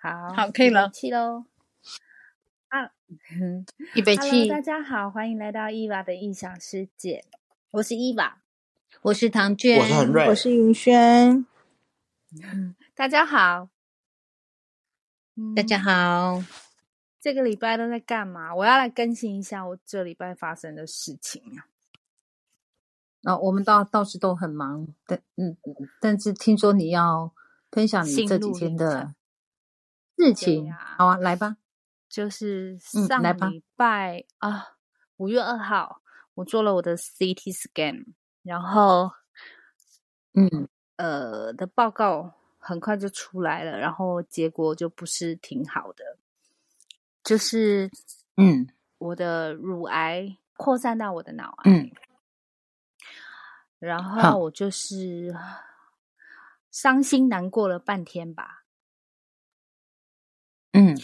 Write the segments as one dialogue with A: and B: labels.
A: 好，
B: 好，可以了。
A: 气喽。 啊
B: 预备
A: ，Hello，
B: 起，
A: 大家好，欢迎来到伊娃的异想世界，我是伊娃。
B: 我是唐娟，
C: 我是很瑞
D: 我是云轩，
A: 大家好，嗯
B: 大家好。
A: 这个礼拜都在干嘛？我要来更新一下我这礼拜发生的事情啊。
B: 啊、我们倒倒是都很忙，但嗯，嗯但是听说你要分享你
A: 心
B: 这几
A: 路
B: 天
A: 历
B: 的
A: 程
B: 事情，
A: 呀
B: 好啊，来吧。
A: 就是
B: 嗯
A: 上
B: 来吧
A: 礼拜、啊，五月二号，我做了我的 CT scan，然后
B: 嗯，
A: 呃的报告很快就出来了，然后结果就不是挺好的，就是
B: 嗯
A: 我的乳癌扩散到我的脑癌，
B: 嗯
A: 然
B: 好
A: 后我就是伤心难过了半天吧，
B: 嗯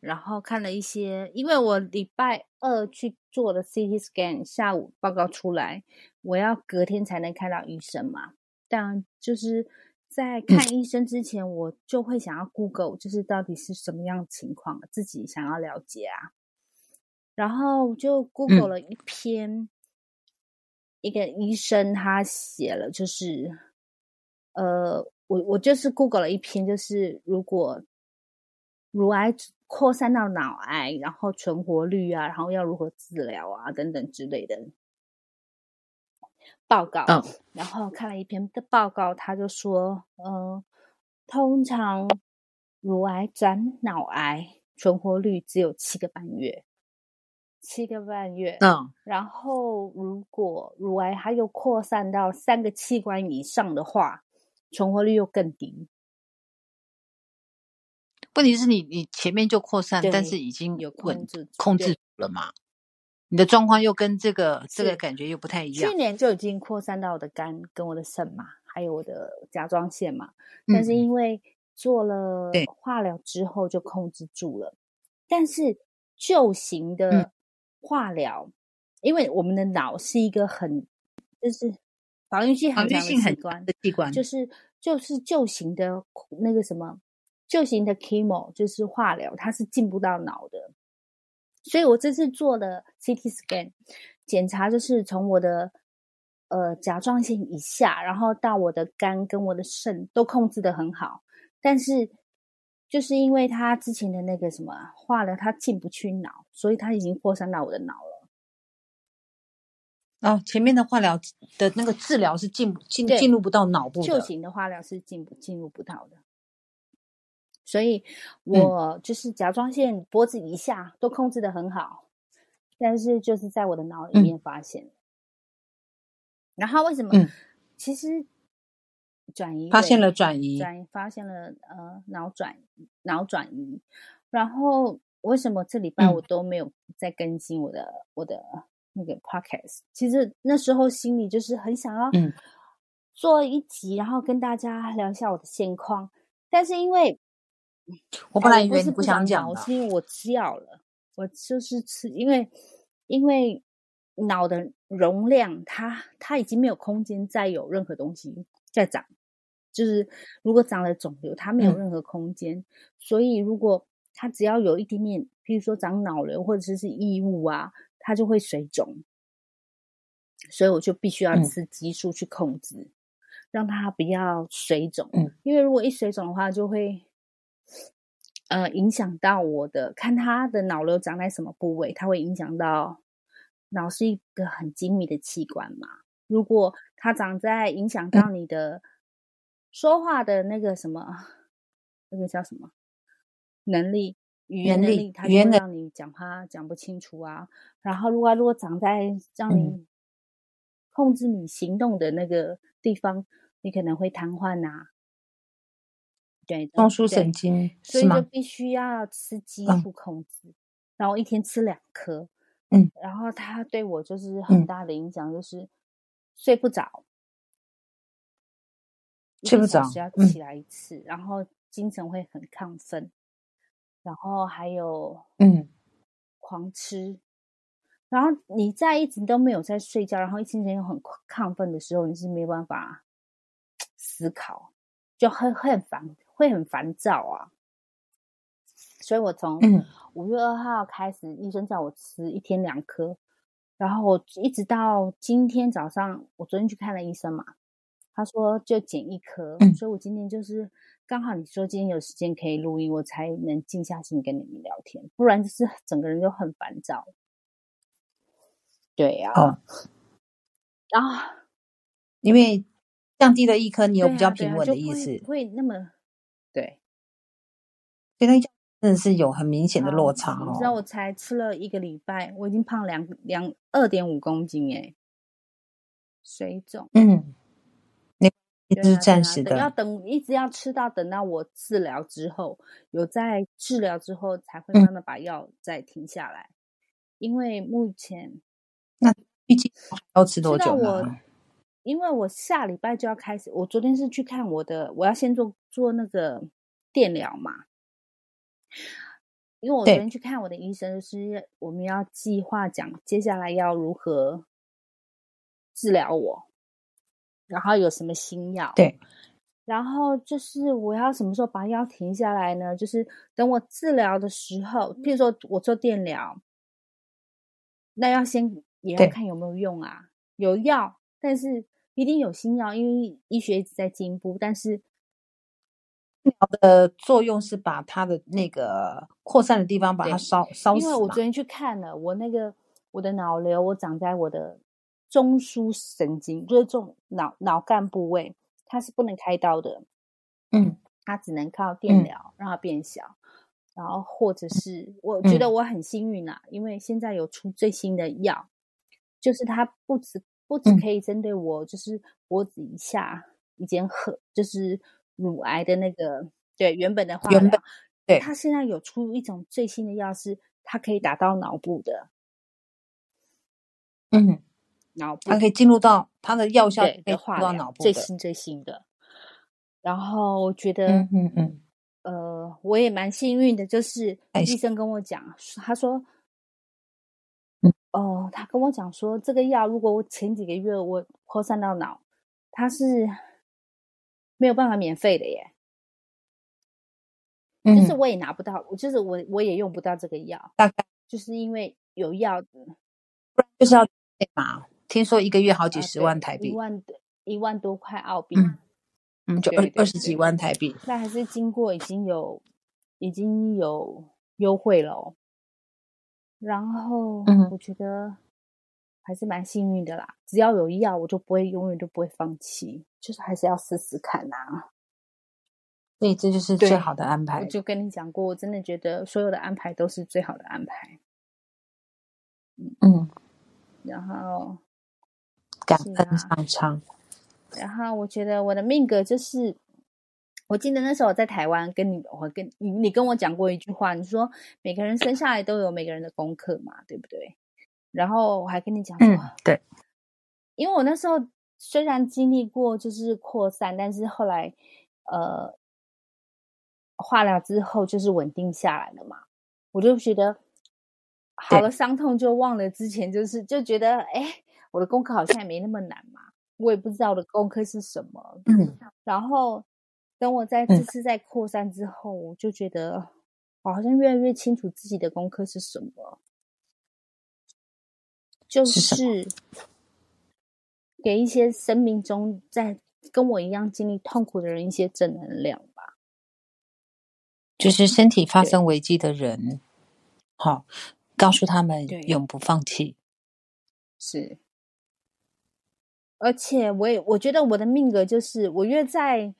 A: 然后看了一些，因为我礼拜二去做的 CT scan，下午报告出来，我要隔天才能看到医生嘛。但就是在看医生之前，我就会想要 Google，就是到底是什么样的情况，自己想要了解啊。然后我就 Google 了一篇，一个医生他写了，就是呃，我我就是 Google 了一篇，就是如果乳癌扩散到脑癌，然后存活率啊，然后要如何治疗啊，等等之类的报告。
B: 嗯
A: 然后看了一篇的报告，他就说，嗯，通常乳癌转脑癌存活率只有七个半月，七个半月。
B: 嗯
A: 然后，如果乳癌还有扩散到三个器官以上的话，存活率又更低。
B: 问题是你你前面就扩散，
A: 对
B: 但是已经
A: 有控
B: 稳
A: 制住
B: 控
A: 对
B: 制住了嘛？你的状况又跟这个这
A: 是
B: 个感觉又不太一样
A: 去。年就已经扩散到我的肝、跟我的肾嘛，还有我的甲状腺嘛，但是
B: 嗯
A: 因为做了
B: 对
A: 化疗之后就控制住了。但是旧型的
B: 嗯
A: 化疗，因为我们的脑是一个很就是防御性
B: 防
A: 很
B: 御
A: 强
B: 性
A: 的
B: 嗯很
A: 器官，
B: 的器官，
A: 就是就是旧型的那个什么旧型的 chemo，就是化疗，它是进不到脑的。所以我这次做的 CT scan 检查，就是从我的呃甲状腺以下，然后到我的肝跟我的肾都控制的很好，但是就是因为它之前的那个什么化疗，它进不去脑，所以它已经扩散到我的脑了。
B: 哦，前面的化疗的那个治疗是进进
A: 对
B: 进入不到脑部
A: 旧
B: 的。
A: 型的化疗是进不进入不到的。所以
B: 嗯
A: 我就是甲状腺、脖子以下都控制的很好，但是就是在我的脑里
B: 嗯
A: 面发现。然后为什么？
B: 嗯
A: 其实转移
B: 发现
A: 位
B: 了转移，
A: 转移发现了呃脑转脑转移，然后为什么这礼拜
B: 嗯
A: 我都没有再更新我的、我的那个 podcast？其实那时候心里就是很想要
B: 嗯
A: 做一集，然后跟大家聊一下我的现况，但是因为
B: 我本
A: 哎
B: 来以为
A: 是
B: 你不想讲
A: 我
B: 的
A: 是因为我吃药了，我就是吃，因为因为脑的容量它它已经没有空间再有任何东西再长，就是如果长了肿瘤，它没有
B: 嗯
A: 任何空间，所以如果它只要有一点点，比如说长脑瘤或者是是异物啊，它就会水肿，所以我就必须要
B: 嗯
A: 吃激素去控制，让它不要水肿。
B: 嗯
A: 因为如果一水肿的话，就会呃影响到我的，看它的脑瘤长在什么部位，它会影响到脑是一个很精密的器官嘛。如果它长在影响
B: 嗯
A: 到你的说话的那个什么，那个叫什么能力？语言
B: 能
A: 能
B: 力
A: 力，它
B: 语
A: 就
B: 言
A: 会
B: 能
A: 让你讲话讲不清楚啊，然后如果如果长在让
B: 嗯
A: 你控制你行动的那个地方，你可能会瘫痪呐、对，
B: 中枢
A: 对
B: 神经
A: 所
B: 是
A: 以就
B: 吗？
A: 必须要吃激
B: 嗯
A: 素控制，然后一天吃两颗，
B: 嗯，
A: 然后它对我就是很
B: 嗯
A: 大的影响，就是睡不着，一
B: 睡
A: 个
B: 不
A: 小
B: 着
A: 时要
B: 嗯
A: 起来一次，然后精神会很亢奋，然后还有
B: 嗯，
A: 狂吃，然后你在一直都没有在睡觉，然后精神又很亢亢奋的时候，你是没办法思考，就很会很烦，会很烦躁啊。所以我从
B: 嗯
A: 五月二号开始，医生叫我吃一天两颗，然后我一直到今天早上，我昨天去看了医生嘛，他说就减一颗，
B: 嗯
A: 所以我今天就是刚好你说今天有时间可以录音，我才能静下心跟你们聊天，不然就是整个人就很烦躁。对啊呀、
B: 哦，
A: 然后
B: 因为降低了一颗，你有
A: 对
B: 比
A: 啊
B: 较
A: 对
B: 平
A: 啊
B: 稳
A: 就
B: 的意
A: 不会
B: 思，
A: 不会那么对。
B: 所以它真的是有很明显的
A: 好
B: 落差
A: 啊你知道
B: 哦。
A: 我才吃了一个礼拜，我已经胖两两二点五公斤哎、水肿。
B: 嗯，那
A: 对啊
B: 这是
A: 对啊
B: 暂时
A: 等要
B: 的，
A: 等一直要吃到等到我治疗之后，有在治疗之后才会
B: 嗯
A: 慢慢把药再停下来，因为目前
B: 预计要吃多
A: 知道
B: 久
A: 我
B: 呢？，
A: 因为我下礼拜就要开始，我昨天是去看我的，我要先做做那个电疗嘛。因为我昨
B: 对
A: 天去看我的医生，就是我们要计划讲接下来要如何治疗我，然后有什么新药，
B: 对，
A: 然后就是我要什么时候把药停下来呢？就是等我治疗的时候，譬如说我做电疗，那要先也要
B: 对
A: 看有没有用啊。有药，但是一定有新药，因为医学一直在进步。但是
B: 呃，作用是把它的那个扩散的地方把它
A: 对
B: 烧烧
A: 因为
B: 死
A: 我
B: 嘛
A: 昨。天去看了，我那个我的脑瘤，我长在我的中枢神经，就是中脑脑干部位，它是不能开刀的。
B: 嗯，
A: 它只能靠电
B: 嗯
A: 疗让它变小，然后或者是我觉
B: 嗯
A: 得我很幸运啦，因为现在有出最新的药，就是它不止不只
B: 嗯
A: 可以针对我，就是脖子以下已经很就是乳癌的那个对原本的化
B: 原本
A: 疗，
B: 对
A: 它现在有出一种最新的药是它可以打到脑部的
B: 嗯，
A: 脑部
B: 它可以进入到它的药效
A: 对
B: 可以
A: 的
B: 进
A: 化
B: 入到
A: 疗
B: 脑部
A: 最
B: 的。
A: 新最新的，然后我觉得
B: 嗯嗯嗯，
A: 呃，我也蛮幸运的，就是
B: 哎
A: 医生跟我讲，他说，
B: 嗯
A: 哦，他跟我讲说，这个药如果我前几个月我扩散到脑，它是没有办法免费的耶，就
B: 嗯
A: 是我也拿不到，我就是我我也用不到这个药，
B: 大概
A: 就是因为有药的
B: 就是要 对嘛。听说一个月好几
A: 啊
B: 十
A: 对
B: 万台
A: 一
B: 币，
A: 万一万多块澳币，
B: 嗯嗯，就
A: 对
B: 二
A: 对
B: 二十几
A: 对
B: 万台币。
A: 那还是经过已经有已经有优惠了哦、然后
B: 嗯
A: 我觉得还是蛮幸运的啦，只要有药，我就不会永远都不会放弃，就是还是要试试看呐、
B: 对，这就是
A: 对
B: 最好的安排
A: 我。就跟你讲过，我真的觉得所有的安排都是最好的安排。
B: 嗯，
A: 然后，
B: 感
A: 是啊
B: 恩上苍。
A: 然后我觉得我的命格就是，我记得那时候我在台湾跟你，我跟你，你跟我讲过一句话，你说每个人生下来都有每个人的功课嘛，对不对？然后我还跟你讲说，
B: 嗯，对，
A: 因为我那时候虽然经历过就是扩散，但是后来呃化疗之后就是稳定下来了嘛，我就觉得好
B: 对
A: 了，伤痛就忘了之前，就是就觉得哎，诶我的功课好像也没那么难嘛，我也不知道我的功课是什么。
B: 嗯
A: 然后等我在这
B: 嗯
A: 次在扩散之后，我就觉得我好像越来越清楚自己的功课是什么，就是
B: 什
A: 是给一些生命中在跟我一样经历痛苦的人一些正能量吧。
B: 就是身体发
A: 对
B: 生危机的人，好、告诉他们
A: 对
B: 永不放弃。
A: 是，而且我也我觉得我的命格就是，我越在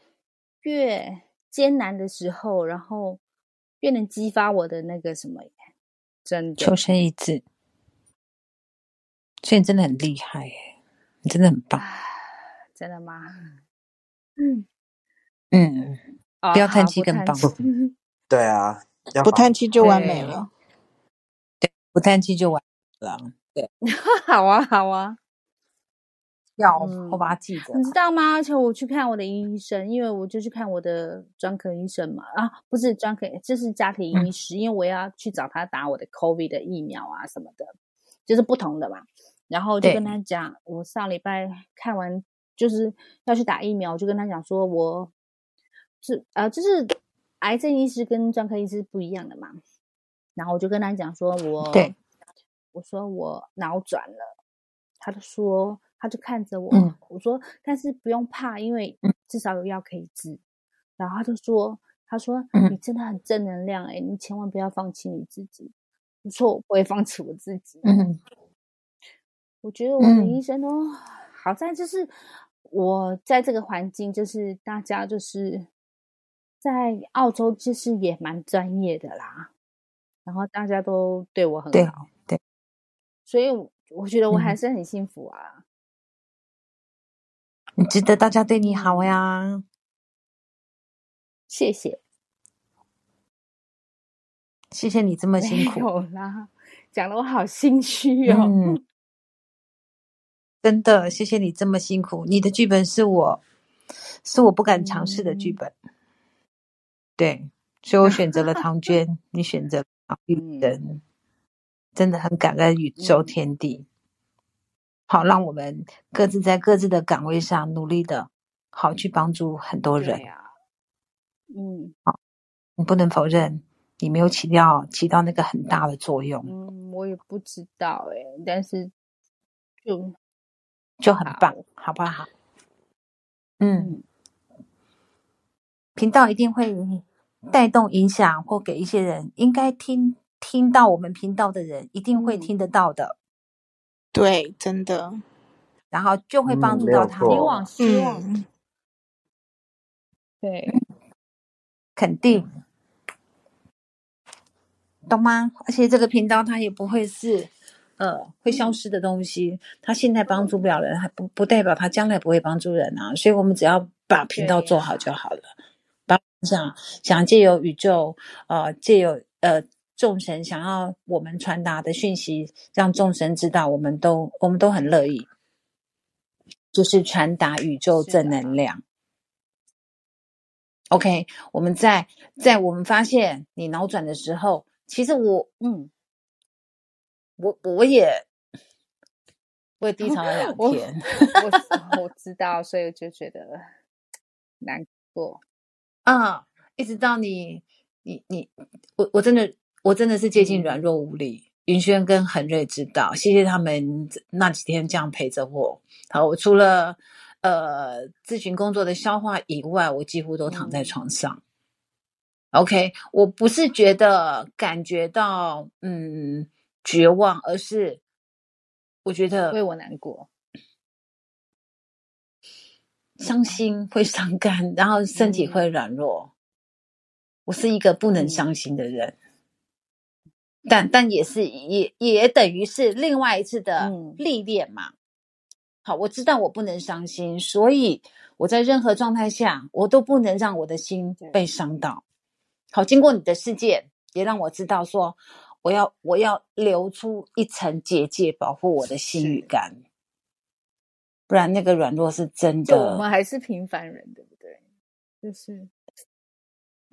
A: 越艰难的时候，然后越能激发我的那个什么耶，真的
B: 求生意志。所以你真的很厉害耶，你真的很棒。
A: 唉真的吗？ 嗯，
B: 嗯，
A: 哦
B: 不要
A: 好
B: 叹气
A: 不
B: 更
A: 叹
B: 棒
A: 气
C: 对啊，要
D: 不
C: 好
D: 叹气就完美
B: 对
D: 了。
B: 不叹气就完了。对，
A: 好啊，好啊，
B: 要
A: 嗯
B: 我把它记着
A: 你。知道吗？而且我去看我的医生，因为我就去看我的专科医生嘛，啊，不是专科，就是家
B: 嗯
A: 庭医师，因为我要去找他打我的 COVID 的疫苗啊什么的，就是不同的嘛。然后我就
B: 对
A: 跟他讲，我上礼拜看完就是要去打疫苗，我就跟他讲说我，是呃，就是癌症医师跟专科医师不一样的嘛。然后我就跟他讲说我，
B: 对
A: 我说我脑转了，他就说，他就看着我，
B: 嗯
A: 我说，但是不用怕，因为至少有药可以治。然后他就说，他说、
B: 嗯
A: 你真的很正能量哎、你千万不要放弃你自己。我说我不会放弃我自己，
B: 嗯
A: 我觉得我们
B: 嗯
A: 医生都、好在就是我在这个环境，就是大家就是在澳洲，就是也蛮专业的啦。然后大家都对我很
B: 对
A: 好，
B: 对
A: 所以我我觉得我还
B: 嗯
A: 是很幸福啊。
B: 你值得大家对你好
A: 嗯
B: 呀。
A: 谢谢，
B: 谢谢你这么辛
A: 没
B: 苦，
A: 有啦，讲的我好心虚哦。
B: 嗯，真的谢谢你这么辛苦。你的剧本是我，是我不敢尝试的剧
A: 嗯
B: 本，对，所以我选择 了唐娟，你选择了唐玉珍，真的很感恩宇宙
A: 嗯
B: 天地。好，让我们各自在各自的岗位上努力的，好去帮助很多人
A: 对。啊，嗯
B: 你不能否认，你没有起到起到那个很大的作用，
A: 嗯，我也不知道哎、但是就
B: 就很棒
A: 好，
B: 好不好？嗯，
A: 嗯
B: 频道一定会带动影响，或给一些人应该听听到我们频道的人一定会
A: 嗯
B: 听得到的，
D: 对，真的，
B: 然后就会帮
C: 嗯
B: 助
C: 没
B: 到
C: 有
B: 他
C: 错
A: 希
B: 们，
A: 望希望、
D: 嗯，
A: 对。
B: 肯定。
A: 嗯
B: 懂吗？而且这个频道它也不会是，呃，会消失的东西。它现
A: 嗯
B: 在帮助不了人，还不不代表它将来不会帮助人啊。所以我们只要把频道
A: 对
B: 做好就好了。把想想借由宇宙，呃，借由呃众神想要我们传达的讯息，让众神知道，我们都我们都很乐意，就是传达宇宙
A: 是的
B: 正能量。OK，我们在在我们发现你脑转的时候，其实我
A: 嗯，
B: 我我也我也低潮了两
A: 我
B: 天
A: 我我知道，所以我就觉得难过。
B: 啊，一直到你你你我我真的我真的是接近软弱无力。云轩跟恒瑞知道，谢谢他们这那几天这样陪着我。好，我除了呃咨询工作的消化以外，我几乎都躺在
A: 嗯
B: 床上。OK，我不是觉得感觉到嗯绝望，而是我觉得
A: 为我难过，嗯
B: 伤心会伤肝，然后身体会软弱。我是一个
A: 嗯
B: 不能伤心的人，但但也是也也等于是另外一次的
A: 嗯
B: 历练嘛。好，我知道我不能伤心，所以我在任何状态下，我都不能让我的心
A: 对
B: 被伤到。好，经过你的事件，也让我知道说，我要我要留出一层结界，保护我的心与
A: 是
B: 肝，不然那个软弱是真的。
A: 就我们还是平凡人，对不对？就 是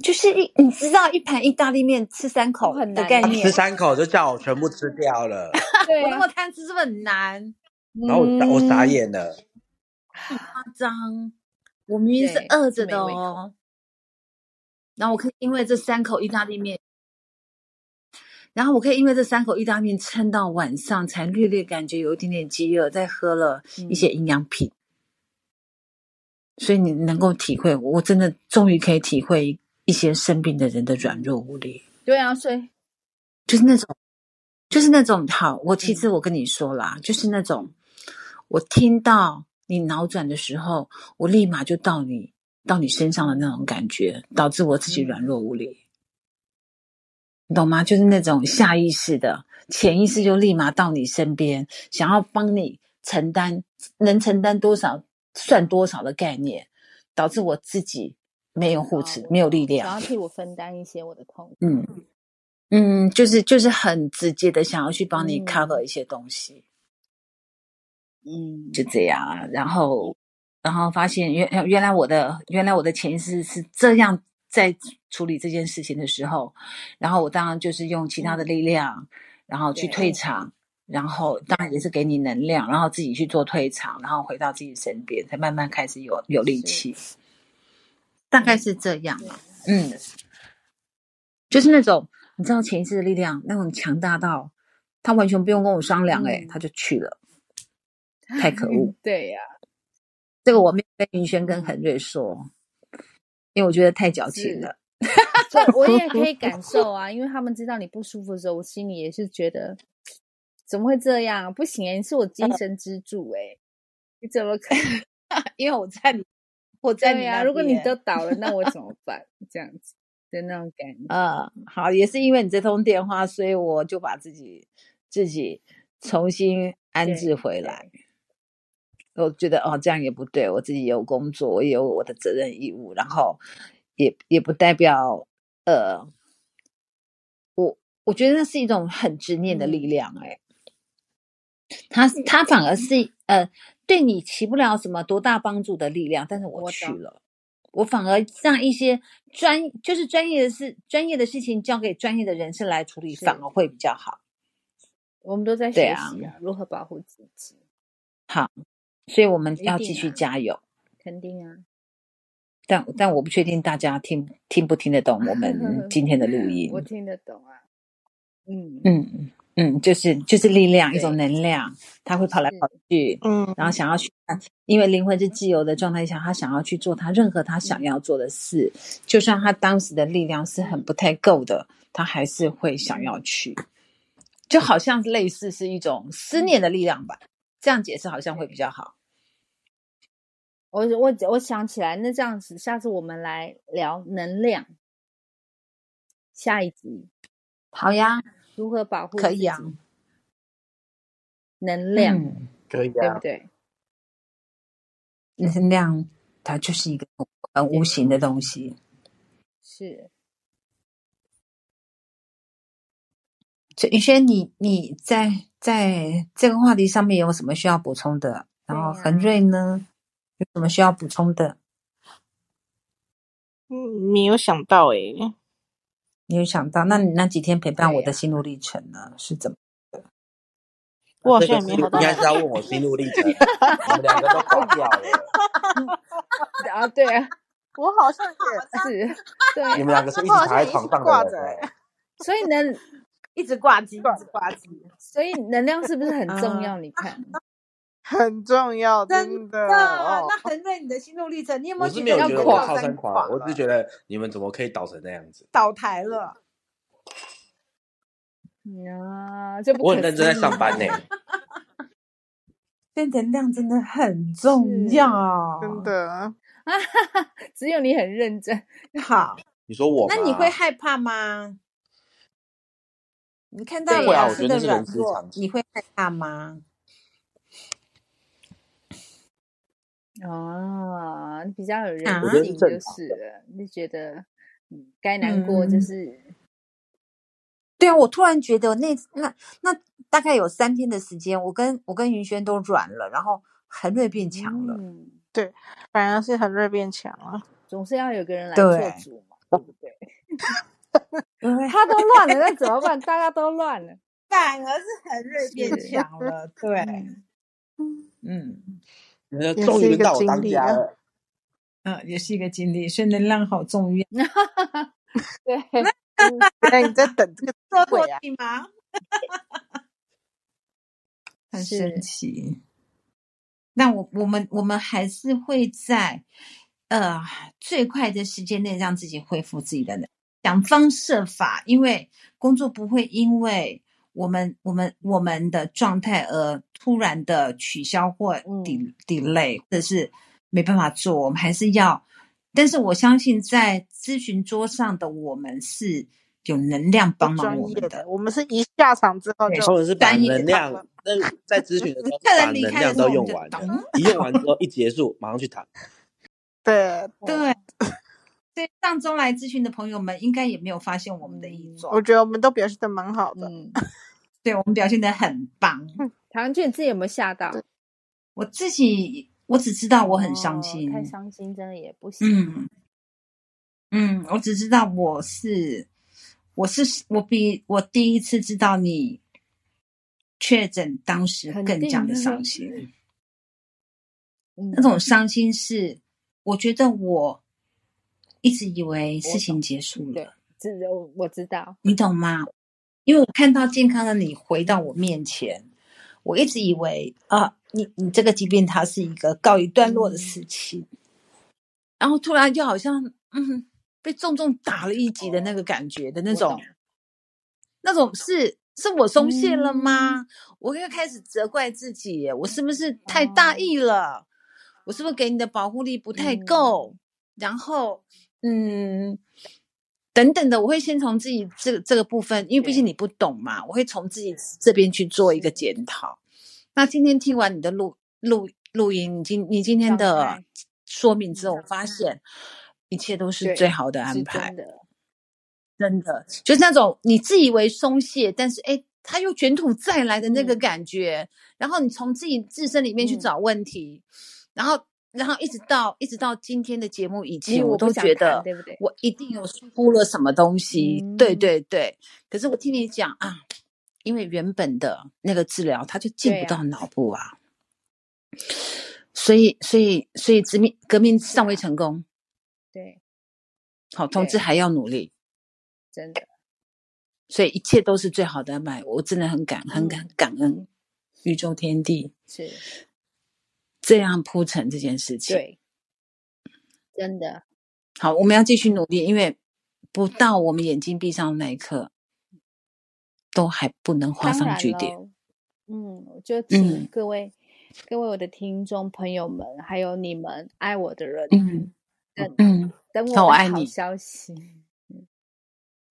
B: 就是一你知道一盘意大利面吃三口
A: 很
B: 的
A: 难
B: 概
A: 的
B: 念
C: 吃，三口就叫我全部吃掉了，
A: 对啊
B: 我那么贪吃是不是很难？
C: 然后我傻我傻，眼了。
B: 夸张，我明明是
A: 对
B: 饿
A: 是
B: 着
A: 没
B: 的
A: 胃口
B: 哦。然后我可以因为这三口意大利面，然后我可以因为这三口意大利面撑到晚上，才略略感觉有一点点饥饿，再喝了一
A: 嗯
B: 些营养品，所以你能够体会，我真的终于可以体会一些生病的人的软弱无力。
A: 对啊，所以
B: 就是那种，就是那种好。我其
A: 嗯
B: 实我跟你说啦，就是那种，我听到你脑转的时候，我立马就到你到你身上的那种感觉，导致我自己
A: 嗯
B: 软弱无力，你懂吗？就是那种下意识的、潜意识就立马到你身边，想要帮你承担，能承担多少算多少的概念，导致我自己没有护
A: 啊
B: 持，
A: 我
B: 没有力
A: 想要
B: 量。
A: 替我分担一些我的痛苦。
B: 嗯，嗯，就是就是很直接的想要去帮你
A: 嗯
B: cover 一些东西，
A: 嗯，
B: 就这样啊。然后，然后发现原原来我的原来我的潜意识是这样在处理这件事情的时候，然后我当然就是用其他的力量，然后去
A: 嗯对
B: 退场，然后当然也是给你能量，然后自己去做退场，然后回到自己身边，才慢慢开始有有力
A: 是
B: 气，大概是这样啊。嗯，就是那种你知道潜意识的力量那种强大到他完全不用跟我商量、欸，哎、
A: 嗯
B: 他就去了，太 可恶。
A: 对呀、
B: 这个我没有跟云轩跟恒瑞说，因为我觉得太矫情了。
A: 所以我也 可以感受啊，因为他们知道你不舒服的时候，我心里也是觉得怎么会这样？不行、欸，你是我精神支柱哎、你怎么可 以？
B: 因为我在你，我在
A: 对
B: 你
A: 呀、
B: 那
A: 如果你
B: 边
A: 都倒了，那我怎么办？这样子的那种感觉，
B: 呃，好，也是因为你这通电话，所以我就把自己自己重新安
A: 对
B: 置回来。我觉得哦，这样也不对，我自己有工作，我也有我的责任义务，然后也也不代表呃，我我觉得那是一种很执念
A: 嗯
B: 的力量、欸，哎、他他反
A: 嗯
B: 而是呃，对你起不了什么多大帮助的力量，但是我
A: 我
B: 去
A: 懂
B: 了。我反而让一些专就是专业的事、专业的事情交给专业的人士来处理，
A: 是
B: 反而会比较好。
A: 我们都在学
B: 对
A: 习、
B: 啊
A: 如何保护自己，
B: 所以我们
A: 一
B: 要
A: 定
B: 继续
A: 啊
B: 加油。
A: 肯定啊。
B: 但但我不确定大家听听不听得懂 我们嗯今天的录音。
A: 我听得懂啊。嗯
B: 嗯嗯，就是就是力量，一种
A: 对
B: 能量，它会跑来
A: 是
B: 跑去，
D: 嗯
B: 然后想要去，因为灵魂是自由的状态下，他想要去做他任何他想要做的事，就算他当时的力量是很不太够的，他还是会想要去，就好像类似是一种思念的力量吧，这样解释好像会比较好。
A: 我我我想起来，那这样子，下次我们来聊能量，下一集
B: 好呀，
A: 如何保护
B: 可
A: 自
B: 以啊
A: 己，能量、
B: 嗯
C: 可以
A: 对不
C: 啊，
A: 对？
B: 能量它就是一个很无形的东西。
A: 是，
B: 所以宇轩，你你在在这个话题上面有什么需要补充的？然后
A: 对呀
B: 恒瑞呢，有什么需要补充的？
D: 嗯没有想到诶、
B: 你有想到，那你那几天陪伴
A: 对
B: 我的
A: 呀
B: 心路历程呢，是怎么？
D: 我好
C: 这
D: 像
C: 个
D: 也
C: 是
D: 没好
C: 应
D: 到
C: 该
D: 哪
C: 是要问我心路历程，你们两个都挂掉了，
A: 啊，对啊，
D: 我好像也
A: 是，
C: 你
A: 对，啊
C: 们两个是一起躺在床上的人欸
A: 所以能，
B: 一直挂机
D: 挂挂机，
A: 所以能量是不是很重
D: 啊
A: 要？你看，
D: 很重要，
B: 真
D: 真
B: 的。
D: 的哦。
B: 那恒瑞，你的心路历程，你有没
C: 我
B: 有
C: 是
B: 觉
C: 没有
B: 得
C: 觉
A: 要
B: 你
C: 得啊
A: 垮
B: 的
C: 我靠山垮，我只是
B: 了
C: 觉得你们怎么可以倒成那样子？
B: 倒台了？
A: 啊，这不
C: 我
A: 可
C: 很认
A: 思
C: 真在
A: 议
C: 上班欸呢、
A: 啊
B: 所以能量真的很重
A: 是
B: 要。
D: 真的，
A: 啊哈哈，只有你很认真，
B: 好，
C: 你说我吗？
B: 那你会害怕吗？你看到
A: 对呀
B: 老
A: 我
B: 师
C: 啊觉
B: 的
C: 得是
B: 软
C: 人之
B: 弱
C: 常，情
B: 你会害怕吗？
A: 哦，你比较有人
B: 啊我觉
C: 得是
A: 性
C: 正
A: 就
C: 常
A: 是了，你觉得嗯该难过就
B: 嗯
A: 是
B: 对啊，我突然觉得我那那那大概有三天的时间，我跟我跟云轩都软了，然后恒瑞变强了。
A: 嗯，
D: 反而是很锐变强 了。
A: 总是要有个人来
B: 对
A: 做主嘛，对不对？
B: 对，
A: 他都乱了，那怎么 办？大家都乱了，
B: 反而是恒瑞变
A: 是
B: 强了。对，
A: 嗯
B: 嗯
C: 呃
D: 也
C: 终
D: 是
C: 于
D: 一
C: 轮
D: 个
C: 到我
D: 经
C: 当
D: 历
C: 家
D: 啊
C: 了，
B: 嗯、也是一个经历，所以能量好重要。
A: 对，嗯
D: 原哎来你在等这个
B: 说
D: 鬼
B: 错
D: 啊！
B: 你 吗？很神
A: 是
B: 奇。那我我们我们还是会在呃最快的时间内让自己恢复自己的能，想方设法，因为工作不会因为我们我们我们的状态而突然的取消或
A: 嗯
B: de delay，或者是没办法做，我们还是要。但是我相信，在咨询桌上的我们是有能量帮忙
D: 专
B: 我
D: 业
B: 们
D: 的，
B: 的，
D: 我们是一下场之后
B: 对
D: 就
C: 他们是把
B: 专业
C: 能
B: 的
C: 量，那在咨询的时候
B: 客
C: 把
B: 人离
C: 能
B: 开的
C: 量
B: 时候，
C: 都
B: 我们
C: 用
B: 就
C: 完了，
B: 咚。
C: 一用完之后一结束马上去躺，
D: 对，
B: 对
A: 哦，
B: 对，上周来咨询的朋友们应该也没有发现我们的异
A: 嗯
B: 状，
D: 我觉得我们都表现的蛮好的。
A: 嗯，
B: 对我们表现的很棒。
A: 唐俊自己有没有吓到
D: 对？
B: 我自己我只知道我很伤
A: 哦
B: 心，
A: 太伤心真的也不行，
B: 嗯嗯，我只知道我是我是我比我第一次知道你确诊当时
A: 肯
B: 更加
A: 定
B: 的
A: 的
B: 伤心，
A: 嗯
B: 那种伤心是我觉得我一直以为
A: 我
B: 事情
A: 懂
B: 结束
A: 对
B: 了，
A: 知我我知道，
B: 你懂吗？因为我看到健康的你回到我面前，我一直以为啊，你你这个疾病它是一个告一段落的事
A: 嗯
B: 情，然后突然就好像嗯被重重打了一击的那个感觉的那
A: 我
B: 种
A: 懂，
B: 那种是是我松懈了吗？
A: 嗯
B: 我又开始责怪自己耶，我是不是太
A: 哦
B: 大意了？我是不是给你的保护力不太
A: 嗯
B: 够？然后嗯。等等的，我会先从自己这个这个部分，因为毕竟你不懂嘛，我会从自己这边去做一个检讨。那今天听完你的录录录音，你今你今天
A: 状
B: 的
A: 态嗯
B: 说明之后，我发现一切都是
A: 对
B: 最好的
A: 是
B: 安排
A: 真，的，
B: 真的就是那种你自以为松懈，但是哎，他又卷土再来的那个
A: 嗯
B: 感觉。然后你从自己自身里面去
A: 嗯
B: 找问题，然后然后一直到一直到今天的节目以
A: 因为
B: 前，我
A: 我不
B: 都
A: 想
B: 觉
A: 谈
B: 得
A: 对不对？
B: 我一定有忽略什么东西。对
A: 嗯
B: 对对，可是我听你讲啊，因为原本的那个治疗，它就进
A: 对
B: 不
A: 啊
B: 到脑部啊，所以所以所以殖民革命尚未
A: 啊
B: 成功，
A: 对，
B: 好，同志
A: 对
B: 还要努力。
A: 真的，
B: 所以一切都是最好的安排。我真的很感很
A: 嗯
B: 感感恩宇宙天地
A: 是
B: 这样铺陈这件事情。
A: 对，真的，
B: 好，我们要继续努力，因为不到我们眼睛闭上的那一刻，都还不能画
A: 当
B: 上
A: 然
B: 句点。
A: 喽。嗯，我就请
B: 嗯
A: 各位、各位我的听众朋友们，还有你们爱我的人，
B: 嗯
A: 等
B: 嗯
A: 等我
B: 那我
A: 的
B: 爱
A: 好
B: 你
A: 消息。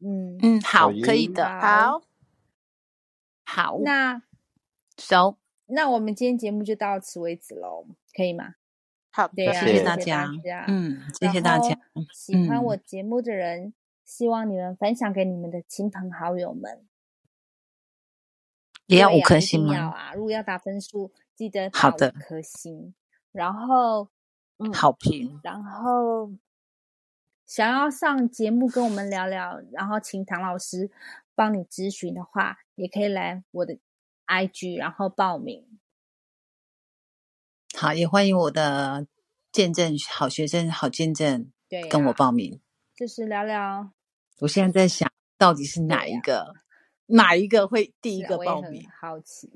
A: 嗯，
B: 嗯，好，
C: 好
B: 可以
C: 耶
B: 的，
D: 好，
B: 好，
A: 那
B: 熟，
A: 那我们今天节目就到此为止喽，可以吗？
D: 好
A: 对
D: 的，
A: 呀、
C: 谢谢
A: 谢
B: 大
A: 家
B: 家。嗯，谢谢大家。。
A: 喜欢
B: 嗯
A: 我节目的人，希望你们分享给你们的亲朋好友们。
B: 也要
A: 对
B: 五
A: 呀
B: 颗
A: 一
B: 星
A: 定要
B: 吗？
A: 啊！如果要打分数，记得
B: 好
A: 打五
B: 的
A: 颗星。然后，嗯，
B: 好评，
A: 然后想要上节目跟我们聊聊，然后请唐老师帮你咨询的话，也可以来我的 IG 然后报名。
B: 好，也欢迎我的见证好学生、好见证
A: 对、呀
B: 跟我报名。
A: 就是聊聊
B: 我现在在想，到底是哪
A: 对
B: 一
A: 呀
B: 个，哪一个会第
A: 是
B: 一
A: 啊
B: 个
A: 我也
B: 报
A: 很
B: 名？
A: 好奇。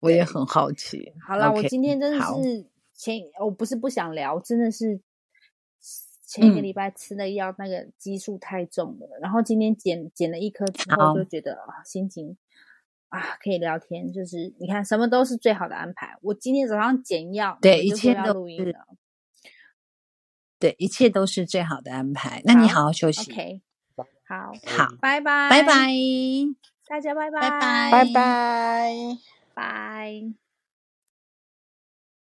B: 我也很好奇。
A: 好啦
B: OK，
A: 我今天真的
B: 好
A: 是前我不是不想聊，真的是前一个
B: 嗯
A: 礼拜吃的药那个激素太重了，然后今天减减了一颗之后，
B: 好
A: 就觉得啊心情啊可以聊天，就是你看什么都是最好的安排。我今天早上减药，
B: 对
A: 我就
B: 一
A: 说
B: 切
A: 要
B: 都
A: 录音
B: 是
A: 了
B: 对，一切都是最好的安排。那你
A: 好
B: 好好休息，
A: ，OK，好，
B: 好，
A: 拜拜，
B: 拜拜，
A: 大家拜拜，
B: 拜拜
D: 拜拜。
A: 拜。